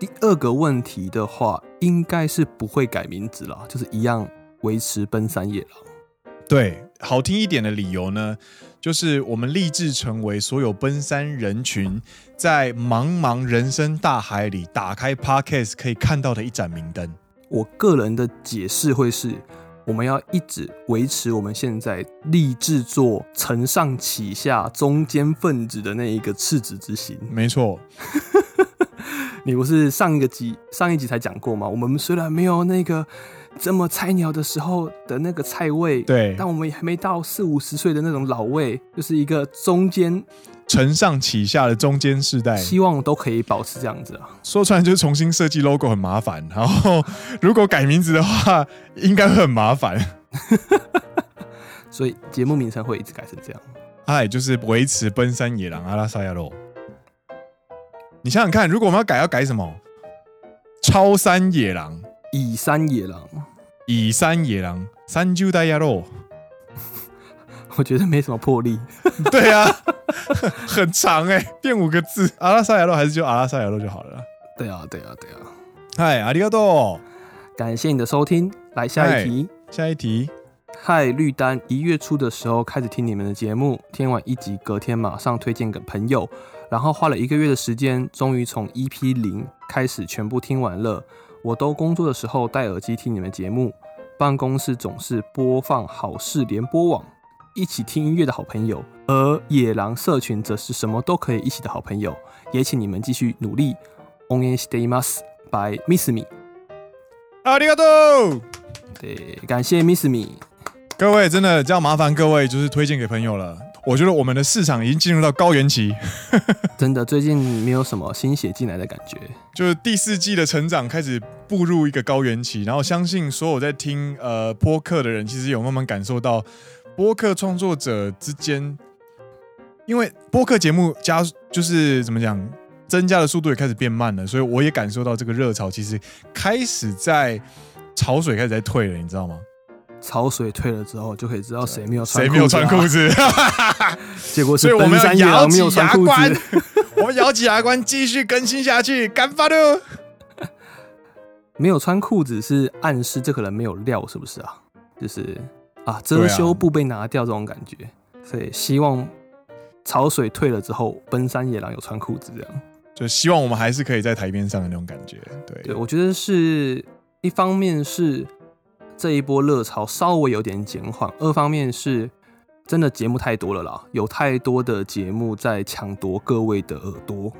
Speaker 2: 第二个问题的话，应该是不会改名字啦，就是一样维持奔三野狼。
Speaker 1: 对，好听一点的理由呢，就是我们立志成为所有奔山人群在茫茫人生大海里打开 Podcast 可以看到的一盏明灯。
Speaker 2: 我个人的解释会是，我们要一直维持我们现在立志做承上启下、中间分子的那一个赤子之心。
Speaker 1: 没错，
Speaker 2: 你不是上一个集上一集才讲过吗？我们虽然没有那个这么菜鸟的时候的那个菜味，，
Speaker 1: 对，
Speaker 2: 但我们也还没到四五十岁的那种老味，就是一个中间，
Speaker 1: 承上启下的中间世代，
Speaker 2: 希望都可以保持这样子啊。
Speaker 1: 说穿了就是重新设计 logo 很麻烦，然后如果改名字的话，应该会很麻烦。
Speaker 2: 所以节目名称会一直改成这样。
Speaker 1: 哎，就是维持奔山野狼阿拉萨亚肉。你想想看，如果我们要改，要改什么？超山野狼、
Speaker 2: 以山野狼，
Speaker 1: 以山野狼、三九代亚肉。
Speaker 2: 我觉得没什么魄力。
Speaker 1: 对啊，很长哎、变五个字。阿拉萨亚肉还是就阿拉萨亚肉就好了啦。
Speaker 2: 对啊，对啊，对啊。
Speaker 1: 嗨，阿里亚多。
Speaker 2: 感谢你的收听，来下一题。
Speaker 1: 下一题，
Speaker 2: 嗨，绿丹，一月初的时候开始听你们的节目，听完一集，隔天马上推荐给朋友，然后花了一个月的时间，终于从 EP 零开始全部听完了。我都工作的时候戴耳机听你们节目，办公室总是播放好事联播网，一起听音乐的好朋友，而野狼社群则是什么都可以一起的好朋友。也请你们继续努力。応援しています。by Miss Me。
Speaker 1: 阿里亚多。
Speaker 2: 对，感谢 Miss Me。
Speaker 1: 各位真的要麻烦各位，就是推荐给朋友了。我觉得我们的市场已经进入到高原期，
Speaker 2: 真的，最近没有什么新血进来的感觉。
Speaker 1: 就是第四季的成长开始步入一个高原期。然后相信所有在听呃播客的人，其实有慢慢感受到播客创作者之间，因为播客节目加就是怎么讲，增加的速度也开始变慢了，所以我也感受到这个热潮其实开始在潮水开始在退了，你知道吗？
Speaker 2: 潮水退了之后，就可以知道谁没有穿
Speaker 1: 谁没有穿
Speaker 2: 子
Speaker 1: 裤
Speaker 2: 啊。
Speaker 1: 子？
Speaker 2: 结果
Speaker 1: 所以
Speaker 2: 是
Speaker 1: 我
Speaker 2: 奔
Speaker 1: 们要
Speaker 2: 山野
Speaker 1: 咬
Speaker 2: 狼没
Speaker 1: 紧
Speaker 2: 有穿
Speaker 1: 牙
Speaker 2: 裤
Speaker 1: 关
Speaker 2: 子。，
Speaker 1: 我们咬紧牙关继续更新下去，干发的。
Speaker 2: 没有穿裤子是暗示这个人没有料，是不是啊？就是啊，遮
Speaker 1: 对啊
Speaker 2: 羞布被拿掉这种感觉。所以希望潮水退了之后，奔山野狼有穿裤子这样。
Speaker 1: 就希望我们还是可以在台面上的那种感觉。
Speaker 2: 对，
Speaker 1: 对，
Speaker 2: 我觉得是一方面是这一波热潮稍微有点减缓，二方面是真的节目太多了啦，有太多的节目在抢夺各位的耳朵。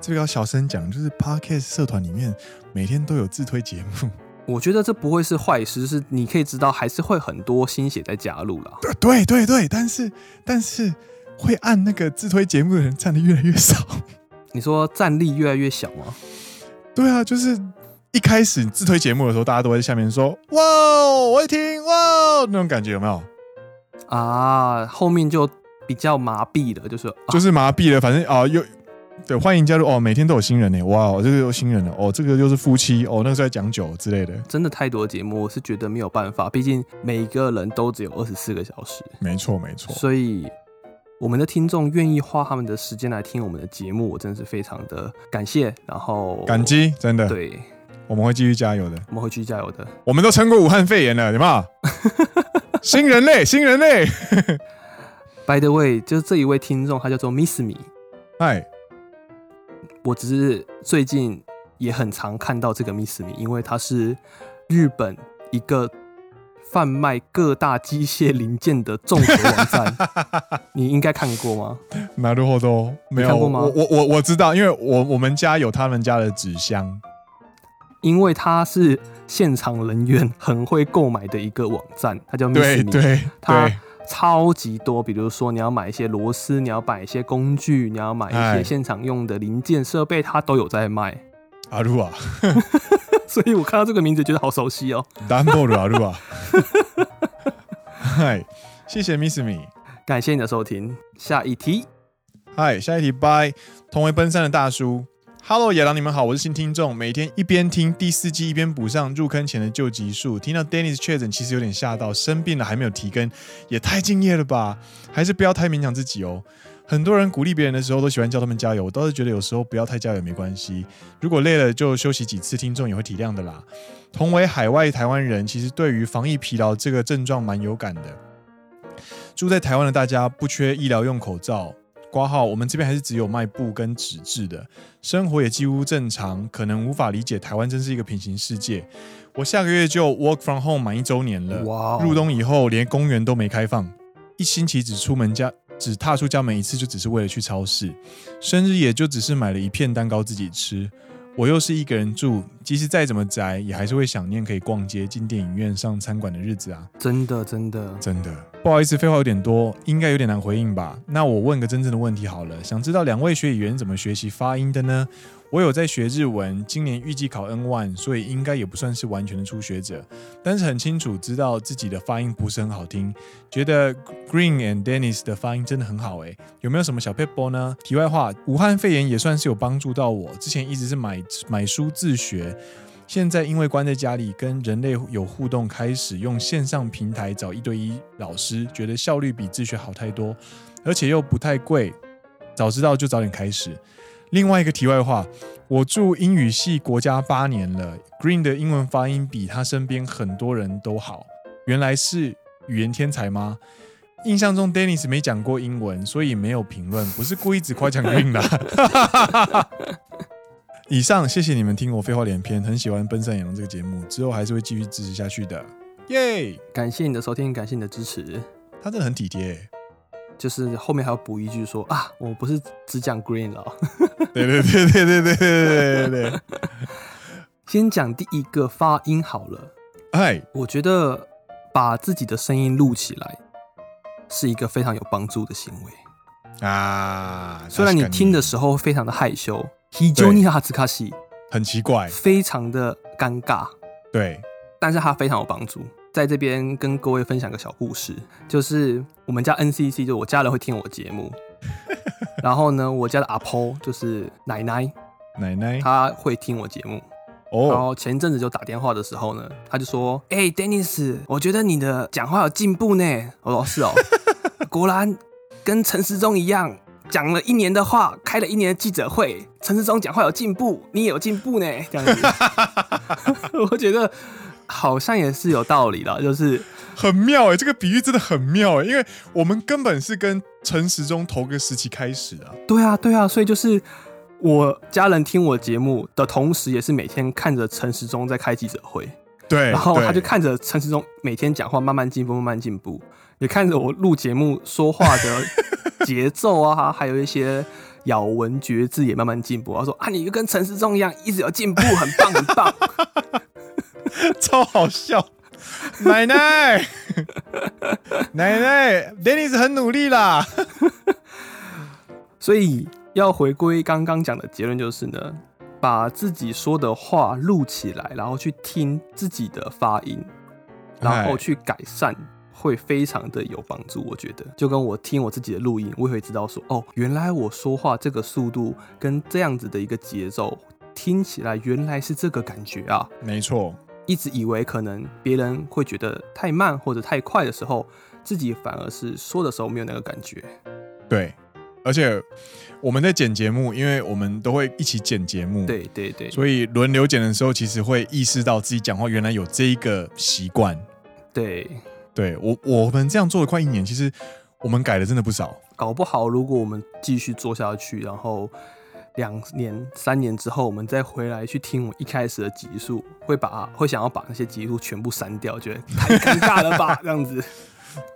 Speaker 1: 这个要小声讲，就是 Podcast 社团里面每天都有自推节目。
Speaker 2: 我觉得这不会是坏事，就是你可以知道还是会很多新血在加入啦。
Speaker 1: 对对对，但是但是会按那个自推节目的人占的越来越少。
Speaker 2: 你说战力越来越小吗？
Speaker 1: 对啊，就是。一开始自推节目的时候，大家都会在下面说“哇哦，我会听哇哦”，那种感觉有没有？
Speaker 2: 啊，后面就比较麻痹了，就是、啊、
Speaker 1: 就是麻痹了，反正啊又对，欢迎加入哦，每天都有新人呢，哇哦，这个有新人了，哦，这个又是夫妻，哦，那个是在讲酒之类的，
Speaker 2: 真的太多节目，我是觉得没有办法，毕竟每一个人都只有二十四个小时。
Speaker 1: 没错没错，
Speaker 2: 所以我们的听众愿意花他们的时间来听我们的节目，我真的是非常的感谢，然后
Speaker 1: 感。激，真的，
Speaker 2: 对，
Speaker 1: 我们会继续加油的，
Speaker 2: 我们会继续加油的。
Speaker 1: 我们都撑过武汉肺炎了，有没 有？新人类，新人类，
Speaker 2: By the way，就是这一位听众，他叫做 Miss Me，
Speaker 1: 哎，
Speaker 2: 我只是最近也很常看到这个 Miss Me，因为他是日本一个。贩卖各大机械零件的综合网 站，你应该看过吗？
Speaker 1: 拿入后都没有，
Speaker 2: 看过吗
Speaker 1: 我我我我知道，因为我我们家有他们家的纸 箱，
Speaker 2: 因为他是现场人员，很会购买的一个网站，它叫 Miss Me。
Speaker 1: 对对
Speaker 2: 它
Speaker 1: 对，
Speaker 2: 超级多，比如说你要买一些螺丝，你要买一些工具，你要买一
Speaker 1: 哎
Speaker 2: 些现场用的零件设备，它都有在卖。
Speaker 1: 阿鲁啊，
Speaker 2: 所以我看到这个名字觉得好熟悉哦。
Speaker 1: 丹波鲁阿鲁 啊，嗨，谢谢 Miss Me。
Speaker 2: 感谢你的收听，下一题。
Speaker 1: 哎嗨，下一题 by 同为奔三的大叔， Hello，野狼，你们好，我是新听众，每天一边听第四季一边补上入坑前的旧集数。听到 Dennis 确诊，其实有点吓到，生病了还没有提更，也太敬业了吧？还是不要太勉强自己哦。很多人鼓励别人的时候都喜欢叫他们加油，我倒是觉得有时候不要太加油也没关系，如果累了就休息几次，听众也会体谅的啦。同为海外台湾人，其实对于防疫疲劳这个症状蛮有感的。住在台湾的大家不缺医疗用口罩，挂号我们这边还是只有卖布跟纸质的，生活也几乎正常，可能无法理解台湾真是一个平行世界。我下个月就 work from home 满一周年了，
Speaker 2: 哇哦
Speaker 1: 入冬以后连公园都没开放，一星期只出门家只踏出家门一次，就只是为了去超市。生日也就只是买了一片蛋糕自己吃。我又是一个人住，即使再怎么宅，也还是会想念可以逛街、进电影院、上餐馆的日子啊！
Speaker 2: 真的真的，
Speaker 1: 真的，不好意思，废话有点多，应该有点难回应吧？那我问个真正的问题好了，想知道两位学语言怎么学习发音的呢？我有在学日文，今年预计考 N one，所以应该也不算是完全的初学者，但是很清楚知道自己的发音不是很好听，觉得 Green and Dennis 的发音真的很好诶、有没有什么小 p e p 呢？题外话，武汉肺炎也算是有帮助到我，之前一直是买买书自学，现在因为关在家里，跟人类有互动，开始用线上平台找一对一老师，觉得效率比自学好太多，而且又不太贵。早知道就早点开始。另外一个题外话，我住英语系国家八年了，Green 的英文发音比他身边很多人都好，原来是语言天才吗？印象中 Dennis 没讲过英文，所以没有评论，不是故意只夸奖 Green 的。以上，谢谢你们听我废话连篇，很喜欢《奔山野狼》这个节目，之后还是会继续支持下去的，耶、
Speaker 2: 感谢你的收听，感谢你的支持。
Speaker 1: 他真的很体贴欸，
Speaker 2: 就是后面还要补一句说啊，我不是只讲 Green 了哦，
Speaker 1: 对对对对对对对对对对，
Speaker 2: 先讲第一个发音好了。
Speaker 1: 哎，
Speaker 2: 我觉得把自己的声音录起来是一个非常有帮助的行为。
Speaker 1: 啊，
Speaker 2: 虽然你听的时候非常的害羞，非常に恥ずかしい，
Speaker 1: 很奇怪，
Speaker 2: 非常的尴尬，
Speaker 1: 对，
Speaker 2: 但是它非常有帮助。在这边跟各位分享个小故事，就是我们家 NCC，就我家人会听我节目，然后呢，我家的阿婆就是奶奶，
Speaker 1: 奶奶
Speaker 2: 她会听我节目，然
Speaker 1: 哦，
Speaker 2: 后前阵子就打电话的时候呢，他就说：“哎、d e n n i s 我觉得你的讲话有进步呢。”我说：“是哦， 果然跟陈时中一样，讲了一年的话，开了一年的记者会，陈时中讲话有进步，你也有进步呢。” 这样子，我觉得好像也是有道理的，就是
Speaker 1: 很妙哎、这个比喻真的很妙哎、因为我们根本是跟陈时中同个时期开始的啊、
Speaker 2: 对啊，对啊，所以就是。我家人听我节目的同时，也是每天看着陈时中在开记者会，
Speaker 1: 对，
Speaker 2: 然后他
Speaker 1: 哎对
Speaker 2: 就看着陈时中每天讲话慢慢进步，慢慢进步，也看着我录节目说话的节奏啊，还有一些咬文嚼字也慢慢进步。他说啊，你就跟陈时中一样，一直有进步，很棒，很棒。
Speaker 1: 超好笑。奶奶， 奶奶，Dennis 很努力啦。
Speaker 2: 所以要回归刚刚讲的结论，就是呢，把自己说的话录起来，然后去听自己的发音，然后
Speaker 1: 哎
Speaker 2: 去改善。会非常的有帮助，我觉得就跟我听我自己的录音，我也会知道说，哦，原来我说话这个速度跟这样子的一个节奏，听起来原来是这个感觉啊！
Speaker 1: 没错，
Speaker 2: 一直以为可能别人会觉得太慢或者太快的时候，自己反而是说的时候没有那个感觉。
Speaker 1: 对，而且我们在剪节目，因为我们都会一起剪节目，，
Speaker 2: 对对对，
Speaker 1: 嗯所以轮流剪的时候，其实会意识到自己讲话原来有这一个习惯。
Speaker 2: 对，
Speaker 1: 对我，我们这样做了快一年，其实我们改了真的不少。
Speaker 2: 搞不好如果我们继续做下去，然后两年、三年之后，我们再回来去听我一开始的集数，会把会想要把那些集数全部删掉，觉得太尴尬 了吧？这样子，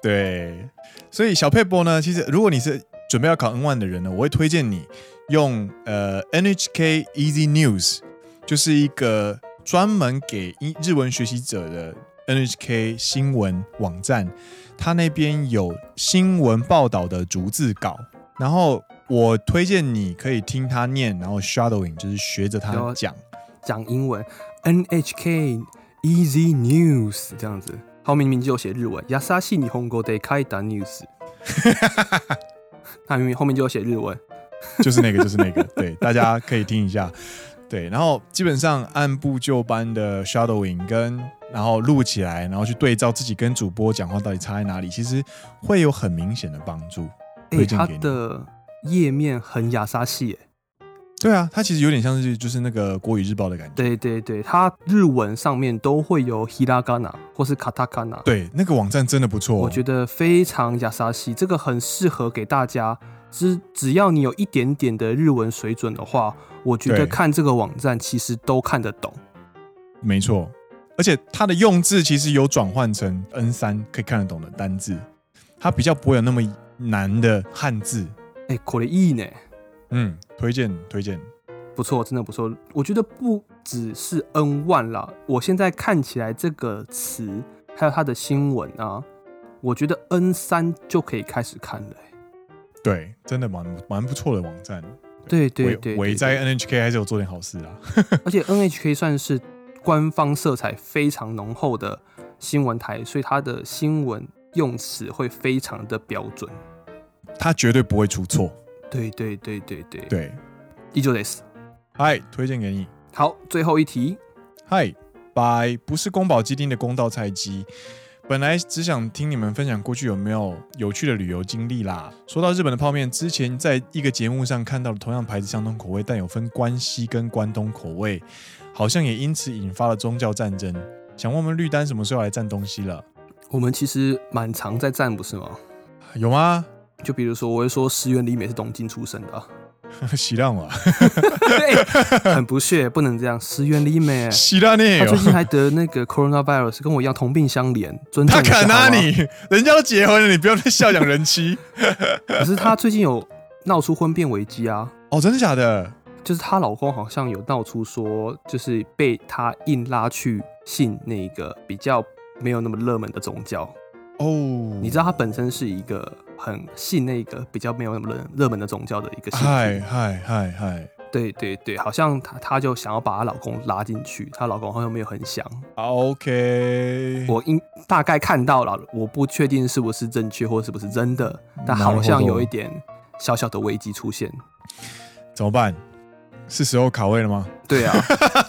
Speaker 1: 对，所以小佩波呢，其实如果你是准备要考 N one 的人呢，我会推荐你用呃 NHK Easy News，就是一个专门给英日文学习者的 NHK 新闻网站，它那边有新闻报道的逐字稿，然后我推荐你可以听他念，然后 shadowing 就是学着他
Speaker 2: 有
Speaker 1: 讲。
Speaker 2: 讲英文，NHK Easy News 这样子。后面明明就有写日文，優しい日本語で書いたニュース。他明明后面就有写日文，
Speaker 1: 就是那个，就是那个。对，大家可以听一下。对，然后基本上按部就班的 shadowing 跟然后录起来，然后去对照自己跟主播讲话到底差在哪里，其实会有很明显的帮助。
Speaker 2: 哎、
Speaker 1: 推荐
Speaker 2: 它
Speaker 1: 给你
Speaker 2: 的页面很雅莎系、哎，
Speaker 1: 对啊，它其实有点像是就是那个国语日报的感觉。
Speaker 2: 对对对，它日文上面都会有 hiragana 或是 katakana，
Speaker 1: 对，那个网站真的不错、哦
Speaker 2: 我觉得非常雅莎系，这个很适合给大家。只只要你有一点点的日文水准的话，我觉得
Speaker 1: 对
Speaker 2: 看这个网站其实都看得懂。
Speaker 1: 没错，而且它的用字其实有转换成 N 三可以看得懂的单字，它比较不会有那么难的汉字。
Speaker 2: 哎、これいいね。
Speaker 1: 嗯，推荐推荐。
Speaker 2: 不错，真的不错。我觉得不只是 N one 啦，我现在看起来这个词还有它的新闻啊，我觉得 N 三就可以开始看了、欸。
Speaker 1: 对，真的蛮蛮不错的网站。
Speaker 2: 对对
Speaker 1: 伟
Speaker 2: 对
Speaker 1: 伟
Speaker 2: 对
Speaker 1: 在 NHK 还是有做点好事啊。
Speaker 2: 而且 NHK 算是官方色彩非常浓厚的新闻台，所以它的新闻用词会非常的标准。
Speaker 1: 他绝对不会出错。
Speaker 2: 对对对对对，
Speaker 1: 对，
Speaker 2: 依旧 this。
Speaker 1: 嗨，推荐给你。
Speaker 2: 好，最后一题，
Speaker 1: 嗨，拜，不是宫保鸡丁的公道菜鸡。本来只想听你们分享过去有没有有趣的旅游经历啦。说到日本的泡面，之前在一个节目上看到了同样牌子相同口味，但有分关西跟关东口味，好像也因此引发了宗教战争。想问问绿丹什么时候来占东西了？
Speaker 2: 我们其实蛮常在站，不是吗？
Speaker 1: 有吗？
Speaker 2: 就比如说，我会说石原里美是东京出生的、啊。
Speaker 1: 喜浪啊，
Speaker 2: 对，很不屑，不能这样。石原里美，
Speaker 1: 喜浪你
Speaker 2: 她
Speaker 1: 哦
Speaker 2: 最，近还得那个 coronavirus，跟我一样同病相怜，尊重
Speaker 1: 他
Speaker 2: 一下
Speaker 1: 敢啊
Speaker 2: 好吗！
Speaker 1: 你，人家都结婚了，你不要再笑养人妻
Speaker 2: 可是她最近有闹出婚变危机啊，
Speaker 1: 哦，真的假的？
Speaker 2: 就是她老公好像有闹出说，就是被她硬拉去信那个比较没有那么热门的宗教。
Speaker 1: 哦，
Speaker 2: 你知道她本身是一个很信那个比较没有那么热热门的宗教的一个信
Speaker 1: 嗨
Speaker 2: 徒。
Speaker 1: 嗨嗨嗨，
Speaker 2: 对对对，好像她她就想要把她老公拉进去，她老公好像没有很想。
Speaker 1: 好，OK，
Speaker 2: 我应大概看到了，我不确定是不是正确或是不是真的，但好像有一点小小的危机出现。
Speaker 1: 怎么办？是时候卡位了吗？
Speaker 2: 对啊，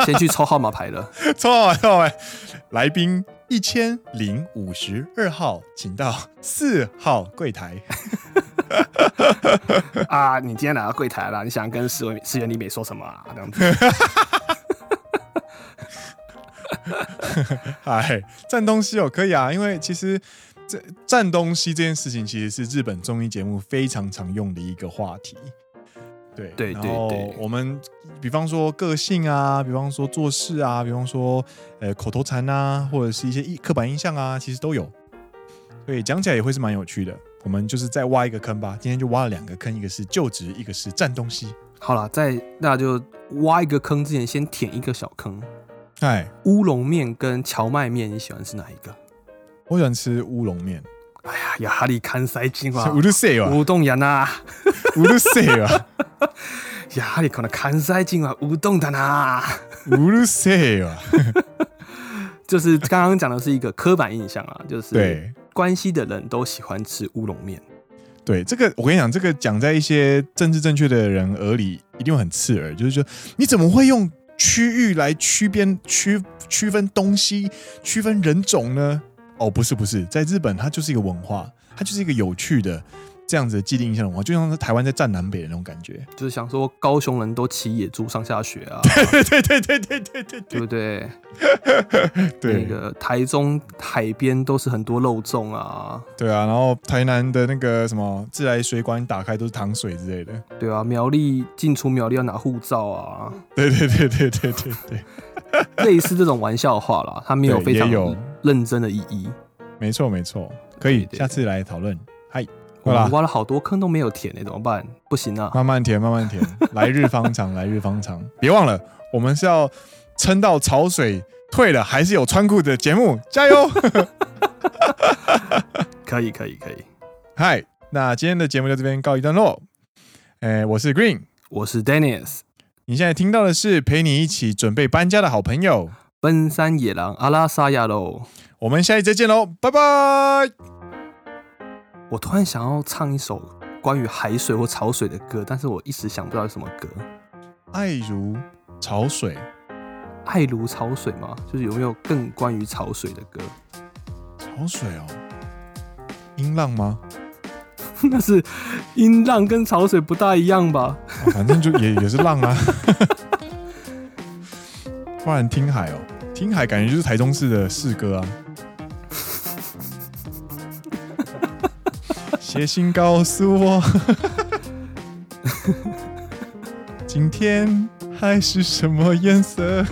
Speaker 2: 先去抽号码牌了。
Speaker 1: 抽好抽好，来宾一千零五十二号，请到四号柜台。
Speaker 2: 啊，你今天来到柜台了，你想跟石文石原里美说什么啊？这 样子，
Speaker 1: 哎，占东西哦，可以啊，因为其实这占东西这件事情，其实是日本综艺节目非常常用的一个话题。对
Speaker 2: 对
Speaker 1: 然
Speaker 2: 对
Speaker 1: 后
Speaker 2: 对
Speaker 1: 我们比方说个性啊，比方说做事啊，比方说呃口头禅啊，或者是一些印刻板印象啊，其实都有。所以讲起来也会是蛮有趣的。我们就是再挖一个坑吧，今天就挖了两个坑，一个是就职，一个是占东西。
Speaker 2: 好了，在那就挖一个坑之前，先填一个小坑。
Speaker 1: 哎，
Speaker 2: 乌龙面跟荞麦面，你喜欢吃哪一个？
Speaker 1: 我喜欢吃乌龙面，
Speaker 2: 哎呀，やはり関西人 は
Speaker 1: 乌鲁啊塞吧，
Speaker 2: 乌冬やな。
Speaker 1: 乌鲁塞啊吧，
Speaker 2: やはりこの関西人は乌冬だな。
Speaker 1: 乌鲁塞啊吧，
Speaker 2: 就是刚刚讲的是一个刻板印象啊，就是
Speaker 1: 对。
Speaker 2: 关西的人都喜欢吃乌龙面。
Speaker 1: 对这个，我跟你讲，这个讲在一些政治正确的人耳里，一定会很刺耳。就是说，你怎么会用区域来区边区区分东西、区分人种呢？哦，不是不是，在日本它就是一个文化，它就是一个有趣的这样子的既定印象的文化，就像是台湾在占南北的那种感 觉。
Speaker 2: 就是想说高雄人都骑野猪上下学啊，
Speaker 1: 对对对对对对对
Speaker 2: 对不对？
Speaker 1: 对对
Speaker 2: 那个台中海边都是很多肉粽啊，
Speaker 1: 对啊！然后台南的那个什么自来水管打开都是糖水之类的。
Speaker 2: 对啊，苗栗进出苗栗要拿护照啊，
Speaker 1: 对对对对对对对，
Speaker 2: 类似这种玩笑话啦，它没有
Speaker 1: 对
Speaker 2: 非常
Speaker 1: 也有
Speaker 2: 认真的意义。
Speaker 1: 没错没错，可以
Speaker 2: 对对
Speaker 1: 下次来讨论。嗨，
Speaker 2: 我
Speaker 1: 好啦
Speaker 2: 们。挖了好多坑都没有填呢、怎么办？不行啊！
Speaker 1: 慢慢填，慢慢 填，来日方长，来日方长。别忘了，我们是要撑到潮水退了，还是有穿裤的节目，加 油！
Speaker 2: 可以，可以，可以。
Speaker 1: 嗨，那今天的节目就这边告一段落。哎，我是 Green，
Speaker 2: 我是 Dennis，
Speaker 1: 你现在听到的是陪你一起准备搬家的好朋友。
Speaker 2: 奔山野狼阿拉萨亚喽。
Speaker 1: 我们下一集再见喽，拜拜。
Speaker 2: 我突然想要唱一首关于海水或潮水的歌，但是我一时想不到有什么歌。
Speaker 1: 爱如潮水，
Speaker 2: 爱如潮水吗？就是有没有更关于潮水的歌？
Speaker 1: 潮水哦，音浪吗？
Speaker 2: 那是音浪跟潮水不大一样吧？
Speaker 1: 哦反正就也也是浪啊。 不然听海哦，听海感觉就是台中市的市歌啊。写信告诉我，今天海是什么颜色？